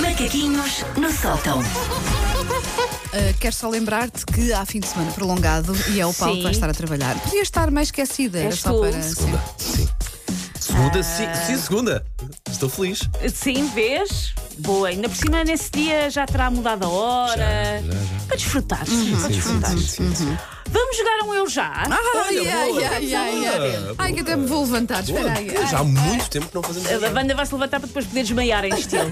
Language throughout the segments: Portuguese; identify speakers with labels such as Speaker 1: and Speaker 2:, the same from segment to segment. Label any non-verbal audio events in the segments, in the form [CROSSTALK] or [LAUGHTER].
Speaker 1: Macaquinhos no sótão.
Speaker 2: Uh, quero só lembrar-te que há fim de semana prolongado e é o Paulo que vai
Speaker 3: Sim.
Speaker 2: estar a trabalhar. Podia estar mais esquecida, era
Speaker 3: És
Speaker 2: só
Speaker 3: tu.
Speaker 2: para. Sim.
Speaker 4: Segunda, sim, sim, segunda. Estou feliz.
Speaker 3: Sim, vês? Boa, ainda por cima nesse dia já terá mudado a hora.
Speaker 4: Já, já, já.
Speaker 3: Para desfrutar,
Speaker 2: Uhum.
Speaker 3: para
Speaker 4: Sim, sim,
Speaker 3: desfrutar.
Speaker 4: sim, sim, sim.
Speaker 3: Vamos jogar um eu já.
Speaker 2: Ah, Ai,
Speaker 4: Olha,
Speaker 2: ai,
Speaker 4: boa.
Speaker 2: ai, ai, ai.
Speaker 4: Boa,
Speaker 2: Ai, que até me vou levantar, espera aí.
Speaker 4: Boa, já há
Speaker 2: Ai,
Speaker 4: muito tempo que não fazemos
Speaker 3: A banda vai se levantar para depois poder desmaiar em
Speaker 2: [LAUGHS]
Speaker 3: estilo.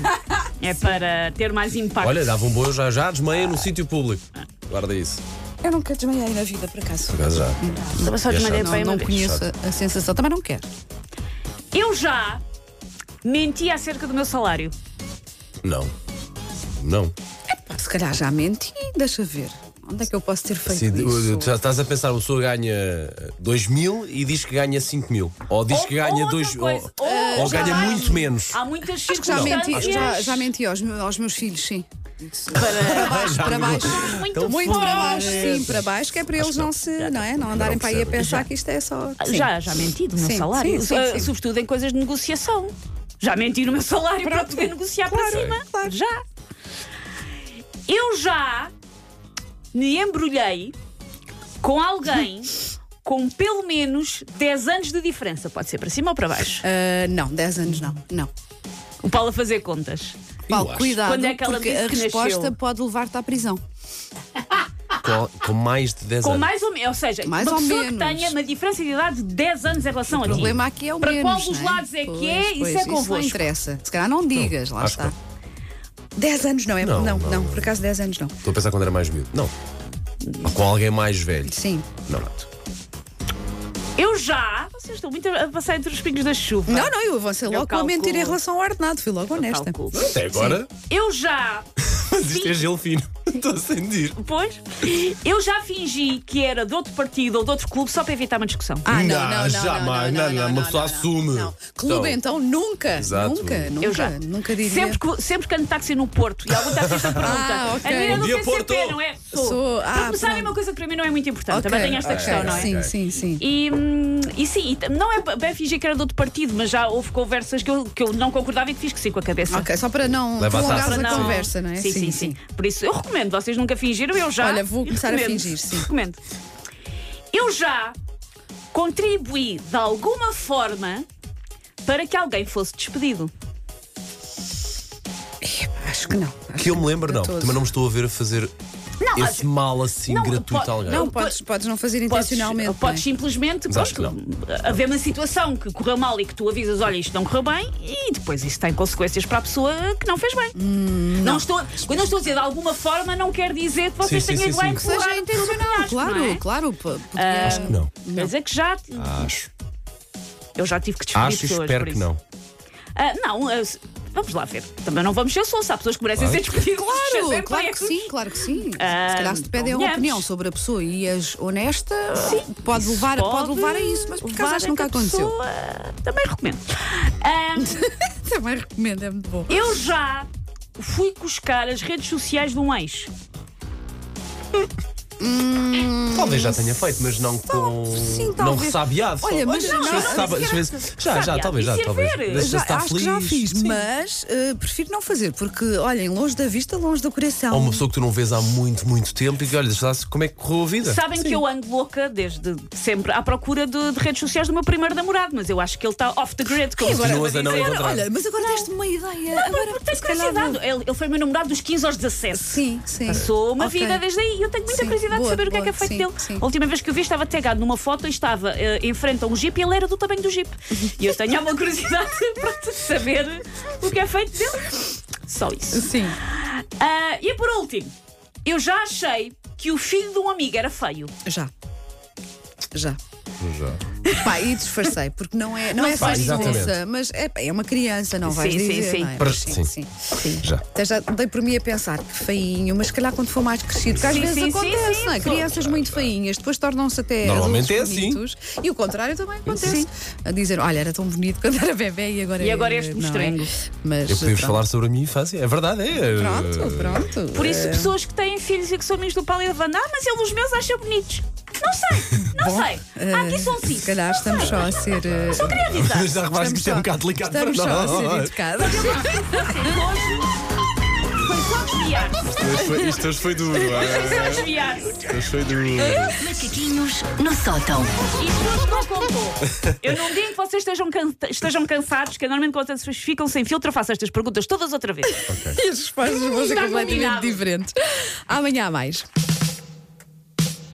Speaker 3: É para ter mais impacto.
Speaker 4: Olha, dava um bom eu já já, desmeia no sítio público. Guarda isso.
Speaker 2: Eu nunca desmaiei na vida, por acaso.
Speaker 4: Por acaso já.
Speaker 3: Estava só de
Speaker 4: é
Speaker 3: maneira
Speaker 4: chato.
Speaker 3: bem
Speaker 2: Não, não
Speaker 3: uma vez.
Speaker 2: conheço a, a sensação, também não quero.
Speaker 3: Eu já menti acerca do meu salário.
Speaker 4: Não. Não.
Speaker 2: Pá, Se calhar já menti, deixa ver. Onde é que eu posso ter feito
Speaker 4: Se,
Speaker 2: isso?
Speaker 4: tu já estás a pensar, uma pessoa ganha 2 mil e diz que ganha 5 mil. Ou diz que ganha
Speaker 3: outra
Speaker 4: 2 ou,
Speaker 3: coisa, ou-
Speaker 4: ou
Speaker 3: já
Speaker 4: ganha
Speaker 3: vai.
Speaker 4: muito menos.
Speaker 3: Há muitas
Speaker 2: Acho que já menti,
Speaker 3: circunstâncias
Speaker 2: já, já menti aos, me- aos meus filhos, sim.
Speaker 3: para
Speaker 4: Já
Speaker 2: para
Speaker 4: não-
Speaker 2: baixo.
Speaker 3: muito,
Speaker 2: Muito
Speaker 3: forte.
Speaker 2: para baixo, sim, para baixo, que é para eles não se, não é? Não andarem para aí a
Speaker 4: percebem.
Speaker 2: pensar que isto é só. Sim.
Speaker 3: Já, já menti do meu
Speaker 2: Sim,
Speaker 3: salário.
Speaker 2: sim, sim,
Speaker 3: Ah,
Speaker 2: sim.
Speaker 3: Sobretudo em coisas de negociação. Já menti no meu salário para poder negociar para cima. Já. Eu já me embrulhei com
Speaker 2: [LAUGHS]
Speaker 3: alguém com pelo menos 10 anos de diferença. Pode ser para cima ou para baixo.
Speaker 2: Ah, não, 10 anos não, não.
Speaker 3: O Paulo a fazer contas.
Speaker 2: Paulo,
Speaker 4: acho.
Speaker 2: Ah, cuidado,
Speaker 3: Quando é que ela
Speaker 2: porque
Speaker 3: disse
Speaker 2: a
Speaker 3: que
Speaker 2: resposta
Speaker 3: nasceu?
Speaker 2: pode levar-te à prisão.
Speaker 4: Com, com mais de 10
Speaker 3: Com
Speaker 4: anos.
Speaker 3: mais ou menos, ou seja,
Speaker 2: Mais
Speaker 3: uma
Speaker 2: ou
Speaker 3: pessoa
Speaker 2: menos.
Speaker 3: que tenha uma diferença de idade de 10 anos em relação a ti.
Speaker 2: O problema aqui é o
Speaker 3: Para
Speaker 2: menos,
Speaker 3: qual dos
Speaker 2: não
Speaker 3: lados é que
Speaker 2: Pois,
Speaker 3: é, isso
Speaker 2: pois,
Speaker 3: é
Speaker 2: Isso não
Speaker 3: convosco.
Speaker 2: interessa. Se calhar não digas, lá
Speaker 4: acho
Speaker 2: está. 10 anos não é?
Speaker 4: Não,
Speaker 2: não,
Speaker 4: não,
Speaker 2: por acaso 10 anos não.
Speaker 4: Estou a pensar quando era mais miúdo. Não. Ou com alguém mais velho.
Speaker 2: Sim.
Speaker 4: Não.
Speaker 3: Eu já. Vocês estão muito a passar entre os pingos da chuva.
Speaker 2: Não, não, eu avancei logo com a
Speaker 3: Tá. calculo.
Speaker 2: mentira em relação ao ordenado, fui logo honesta.
Speaker 3: Calculo.
Speaker 4: Até agora.
Speaker 3: Eu já.
Speaker 4: Isto é gelo fino. [LAUGHS] Estou a sentir.
Speaker 3: Pois, eu já fingi que era de outro partido ou de outro clube só para evitar uma discussão.
Speaker 2: Ah, não, não,
Speaker 4: Não,
Speaker 2: não.
Speaker 4: jamais,
Speaker 2: não, não,
Speaker 4: não, não, uma pessoa assume.
Speaker 2: não. Clube, então, nunca.
Speaker 4: Exato.
Speaker 2: Nunca, nunca.
Speaker 3: eu já.
Speaker 2: Nunca diria.
Speaker 3: Sempre que, sempre que ando de táxi no Porto e algum taxista pergunta.
Speaker 2: Ah, ok.
Speaker 3: A minha
Speaker 4: Bom
Speaker 3: do
Speaker 4: dia,
Speaker 3: CCP,
Speaker 4: Porto."
Speaker 3: não é? Sou.
Speaker 2: Sou, ah,
Speaker 3: para começar, é
Speaker 2: pronto.
Speaker 3: uma coisa que para mim não é muito importante.
Speaker 2: Ok,
Speaker 3: Também tenho esta
Speaker 2: ok,
Speaker 3: questão, não é?
Speaker 2: Sim, sim, sim.
Speaker 3: E, hum, e sim, e t- não é bem fingir que era de outro partido, mas já houve conversas que eu, que eu não concordava e que fiz que sim com a cabeça.
Speaker 2: Ok, só para não
Speaker 4: Leva a
Speaker 2: prolongar
Speaker 4: taça.
Speaker 2: a
Speaker 4: Para
Speaker 3: não-
Speaker 2: conversa, não é?
Speaker 3: Sim sim, sim, Por isso, eu recomendo, vocês nunca fingiram, eu já.
Speaker 2: Olha, vou começar a
Speaker 3: recomendo.
Speaker 2: fingir, sim.
Speaker 3: Recomendo. Eu já contribuí de alguma forma para que alguém fosse despedido.
Speaker 2: Acho que não. Acho
Speaker 4: Que eu me lembro, não.
Speaker 2: tô- assim.
Speaker 4: Também não me estou a ver a fazer
Speaker 3: Não,
Speaker 4: esse mal assim
Speaker 3: não,
Speaker 4: gratuito
Speaker 3: pode-
Speaker 4: a alguém.
Speaker 2: Não,
Speaker 3: Eu-
Speaker 2: podes, podes não fazer
Speaker 3: Podes,
Speaker 2: intencionalmente.
Speaker 3: podes
Speaker 2: não é?
Speaker 3: simplesmente
Speaker 4: Mas acho
Speaker 3: pronto, haver uma situação que correu mal e que tu avisas, olha, isto não correu bem, e depois isso tem consequências para a pessoa que não fez bem.
Speaker 2: Hum,
Speaker 3: não. estou, quando eu estou a dizer de alguma forma, não quer dizer que vocês
Speaker 4: Sim, sim,
Speaker 3: tenham ido
Speaker 4: sim,
Speaker 3: lá
Speaker 4: sim.
Speaker 3: e
Speaker 4: Que
Speaker 2: Seja
Speaker 3: empurrar tudo
Speaker 2: intencional,
Speaker 3: abaixo,
Speaker 2: claro,
Speaker 3: não é?
Speaker 2: claro. po- podia-
Speaker 4: Não.
Speaker 3: Quer dizer é que já.
Speaker 4: Acho.
Speaker 3: Eu já tive que despedir
Speaker 4: Acho e
Speaker 3: pessoas.
Speaker 4: espero
Speaker 3: por
Speaker 4: que
Speaker 3: isso.
Speaker 4: não.
Speaker 3: Ah, não, ah, se- vamos lá ver. Também não vamos ser sons. Há pessoas que merecem
Speaker 4: Claro.
Speaker 3: ser despedidas.
Speaker 2: Claro,
Speaker 3: Sempre
Speaker 2: claro
Speaker 3: é
Speaker 2: que sim, claro que sim.
Speaker 3: Ah,
Speaker 2: se calhar se te pedem uma
Speaker 3: convenhamos.
Speaker 2: opinião sobre a pessoa e és honesta, pode,
Speaker 3: Isso
Speaker 2: levar, pode, levar a isso, mas por
Speaker 3: levar
Speaker 2: acaso acho
Speaker 3: a
Speaker 2: que nunca
Speaker 3: que a
Speaker 2: aconteceu.
Speaker 3: pessoa, ah, também recomendo.
Speaker 2: [LAUGHS]
Speaker 3: Ah,
Speaker 2: Também recomendo, é muito bom.
Speaker 3: eu já fui buscar as redes sociais de um ex.
Speaker 4: Talvez já tenha feito, mas não com.
Speaker 2: Hum. sim,
Speaker 4: não
Speaker 2: talvez.
Speaker 4: ressabiado. só.
Speaker 2: Olha, mas não,
Speaker 4: deixa-se
Speaker 2: não,
Speaker 4: sabe-
Speaker 3: não,
Speaker 4: deixa-se-
Speaker 3: não,
Speaker 4: Já, já,
Speaker 3: sabe,
Speaker 4: talvez, já,
Speaker 3: isso é
Speaker 4: talvez.
Speaker 3: ver.
Speaker 4: Deixa-se
Speaker 2: Já-
Speaker 4: estar
Speaker 2: acho
Speaker 4: feliz.
Speaker 2: que já fiz,
Speaker 4: Sim.
Speaker 2: mas eh, prefiro não fazer, porque, olhem, longe da vista, longe do
Speaker 4: Ou uma
Speaker 2: coração.
Speaker 4: pessoa que tu não vês há muito, muito tempo e que olha, deixa lá como é que correu a vida.
Speaker 3: Sabem que eu ando louca desde sempre à procura de, de redes sociais do meu primeiro namorado, mas eu acho que ele está off the grid. Como se
Speaker 4: agora-
Speaker 3: costuma
Speaker 4: Continuas a não
Speaker 3: dizer.
Speaker 4: encontrar.
Speaker 2: Olha, mas agora deste-me uma ideia. agora,
Speaker 3: Porque tens
Speaker 2: se calhar
Speaker 3: curiosidade. Ele, ele foi meu namorado dos 15 aos 17.
Speaker 2: Sim, sim.
Speaker 3: Passou uma
Speaker 2: Ok.
Speaker 3: vida desde aí. Eu tenho muita
Speaker 2: Sim,
Speaker 3: curiosidade
Speaker 2: boa,
Speaker 3: de saber o que é que é
Speaker 2: boa,
Speaker 3: feito
Speaker 2: sim,
Speaker 3: dele.
Speaker 2: sim.
Speaker 3: A última vez que eu vi estava tagado numa foto e estava eh, em frente a um jeep e ele era do tamanho do jeep. E eu tenho alguma curiosidade [LAUGHS] para saber o que é feito dele. Só isso.
Speaker 2: Sim.
Speaker 3: Ah, e por último, eu já achei que o filho de um amigo era feio.
Speaker 2: Já. Já.
Speaker 4: Já.
Speaker 2: Pá, e disfarcei, porque não é, não é
Speaker 4: faz,
Speaker 2: safadeza,
Speaker 4: exatamente.
Speaker 2: mas é, é uma criança, não vais
Speaker 3: Sim, sim,
Speaker 2: dizer,
Speaker 3: sim.
Speaker 2: não é?
Speaker 4: Para-
Speaker 2: Mas
Speaker 4: sim.
Speaker 2: sim.
Speaker 4: Já.
Speaker 2: Até já dei por mim a pensar que feinho, mas se calhar quando for mais crescido, que às
Speaker 3: Sim,
Speaker 2: vezes
Speaker 3: sim, sim,
Speaker 2: acontece,
Speaker 3: sim,
Speaker 2: não é?
Speaker 3: sim.
Speaker 2: Crianças muito feinhas, depois tornam-se até
Speaker 4: Normalmente
Speaker 2: adultos
Speaker 4: é assim.
Speaker 2: bonitos, e o contrário também acontece. A dizer, olha, era tão bonito quando era bebê e agora
Speaker 3: E agora
Speaker 2: é-
Speaker 3: este
Speaker 2: não é?
Speaker 3: mostrengo.
Speaker 2: Mas
Speaker 4: Eu podia-vos
Speaker 2: pronto.
Speaker 4: falar sobre a minha infância. É verdade, é.
Speaker 2: Pronto, pronto. Eh,
Speaker 3: Por isso, pessoas que têm filhos e que são amigos do Paulo e da Wanda, ah, mas ele os meus acha bonitos. Não sei, não sei. Há aqui um são
Speaker 2: eh, se
Speaker 3: cis.
Speaker 2: calhar estamos só a ser. eh,
Speaker 3: Só queria avisar.
Speaker 4: Já reparaste que isto é um
Speaker 2: só-
Speaker 4: bocado delicado para
Speaker 2: estamos só a ser
Speaker 4: nós.
Speaker 2: educadas.
Speaker 3: Hoje, desviar-se.
Speaker 5: Isto foi, isto hoje foi duro.
Speaker 3: Começou a
Speaker 5: ah,
Speaker 3: desviar-se.
Speaker 5: Isto hoje foi duro.
Speaker 1: Macaquinhos no sótão.
Speaker 3: Isto hoje não contou. Eu não digo que vocês estejam, can- estejam cansados, que é normalmente quando vocês ficam sem filtro, eu faço estas perguntas todas outra vez.
Speaker 2: E as respostas vão ser
Speaker 3: Está
Speaker 2: completamente
Speaker 3: combinado.
Speaker 2: diferentes. Amanhã há mais.